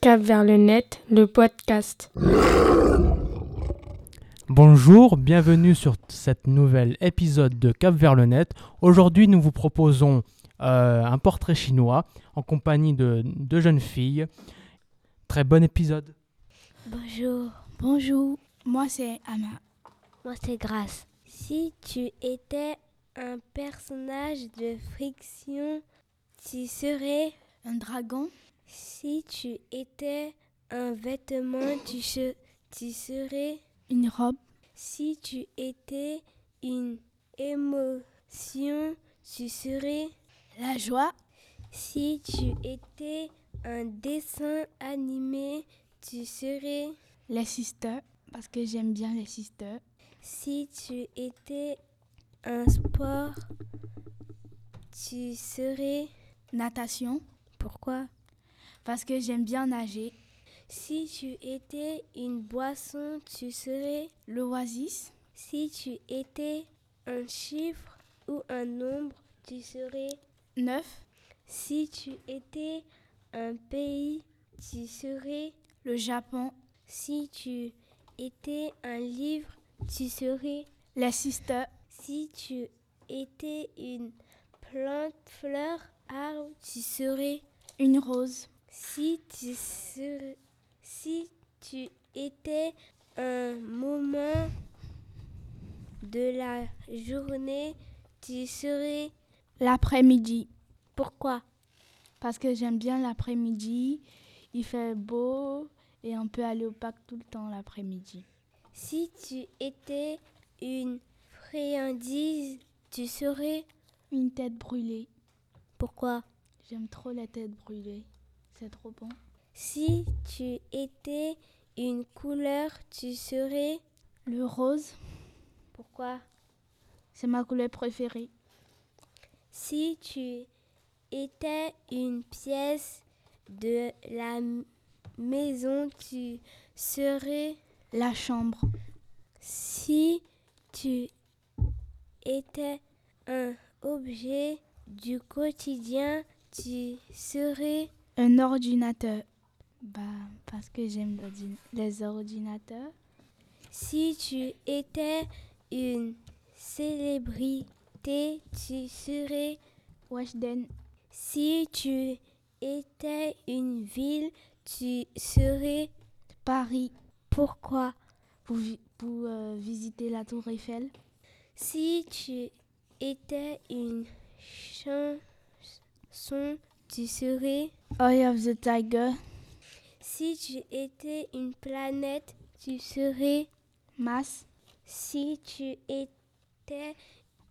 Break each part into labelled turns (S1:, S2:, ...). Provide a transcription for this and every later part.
S1: Cap vers le net, le podcast.
S2: Bonjour, bienvenue sur t- cette nouvel épisode de Cap vers le net. Aujourd'hui, nous vous proposons euh, un portrait chinois en compagnie de deux jeunes filles. Très bon épisode.
S3: Bonjour,
S4: Bonjour, moi c'est Anna.
S3: moi c'est Grâce. Si tu étais un personnage de friction, tu serais.
S4: Un dragon
S3: Si tu étais un vêtement, tu, se- tu serais.
S4: Une robe
S3: Si tu étais une émotion, tu serais.
S4: La joie
S3: Si tu étais un dessin animé, tu serais.
S4: Les sisters, parce que j'aime bien les sisters.
S3: Si tu étais un sport, tu serais.
S4: Natation,
S3: Pourquoi
S4: parce que j'aime bien nager.
S3: Si tu étais une boisson, tu serais.
S4: L'oasis,
S3: Si tu étais un chiffre ou un nombre, tu serais.
S4: neuf,
S3: Si tu étais un pays, tu serais.
S4: le Japon,
S3: Si tu étais un livre, tu serais.
S4: les sisters,
S3: Si tu étais une plante, fleur, arbre, tu serais.
S4: une rose,
S3: Si tu, serais- si tu étais un moment de la journée, tu serais.
S4: l'après-midi,
S3: Pourquoi
S4: parce que j'aime bien l'après-midi. Il fait beau et on peut aller au parc tout le temps l'après-midi.
S3: Si tu étais une friandise, tu serais.
S4: Une tête brûlée,
S3: Pourquoi
S4: j'aime trop la tête brûlée. C'est trop bon.
S3: Si tu étais une couleur, tu serais.
S4: Le rose,
S3: Pourquoi
S4: c'est ma couleur préférée.
S3: Si tu étais une pièce de la m- maison, tu serais.
S4: La chambre,
S3: Si tu étais un objet du quotidien, tu serais.
S4: un ordinateur. Bah, parce que j'aime l'ordi- les ordinateurs.
S3: Si tu étais une célébrité, tu serais.
S4: Washden,
S3: Si tu étais une ville, tu serais.
S4: Paris,
S3: Pourquoi
S4: pour, vi- pour euh, visiter la tour Eiffel.
S3: Si tu étais une chanson, tu serais.
S4: Eye of the Tiger,
S3: Si tu étais une planète, tu serais.
S4: Mass,
S3: Si tu étais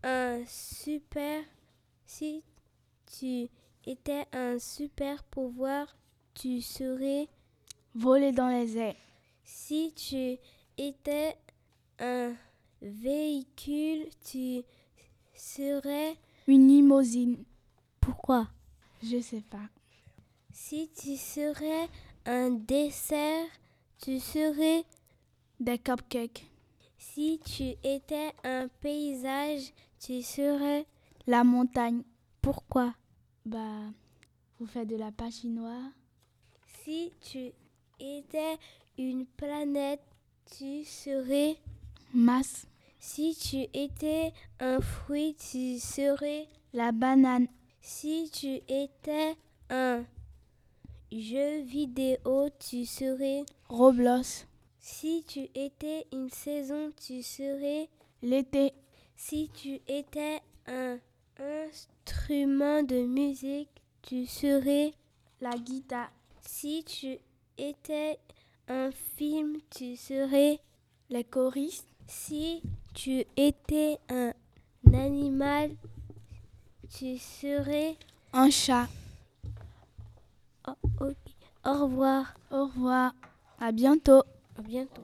S3: un super. Si tu étais un super pouvoir, tu serais.
S4: voler dans les airs.
S3: Si tu étais un véhicule, tu serais.
S4: Une limousine,
S3: Pourquoi
S4: je sais pas.
S3: Si tu serais un dessert, tu serais.
S4: Des cupcakes,
S3: Si tu étais un paysage, tu serais.
S4: la montagne.
S3: Pourquoi
S4: Bah, vous faites de la pachinoire.
S3: Si tu étais une planète, tu serais.
S4: Mass,
S3: Si tu étais un fruit, tu serais.
S4: la banane.
S3: Si tu étais un jeu vidéo, tu serais.
S4: Roblox,
S3: Si tu étais une saison, tu serais.
S4: l'été.
S3: Si tu étais un instrument de musique, tu serais.
S4: La guitare,
S3: Si tu étais un film, tu serais.
S4: les choristes.
S3: Si tu étais un animal, tu serais.
S4: Un chat.
S3: Oh, ok. Au revoir.
S4: Au revoir. À bientôt.
S3: À bientôt.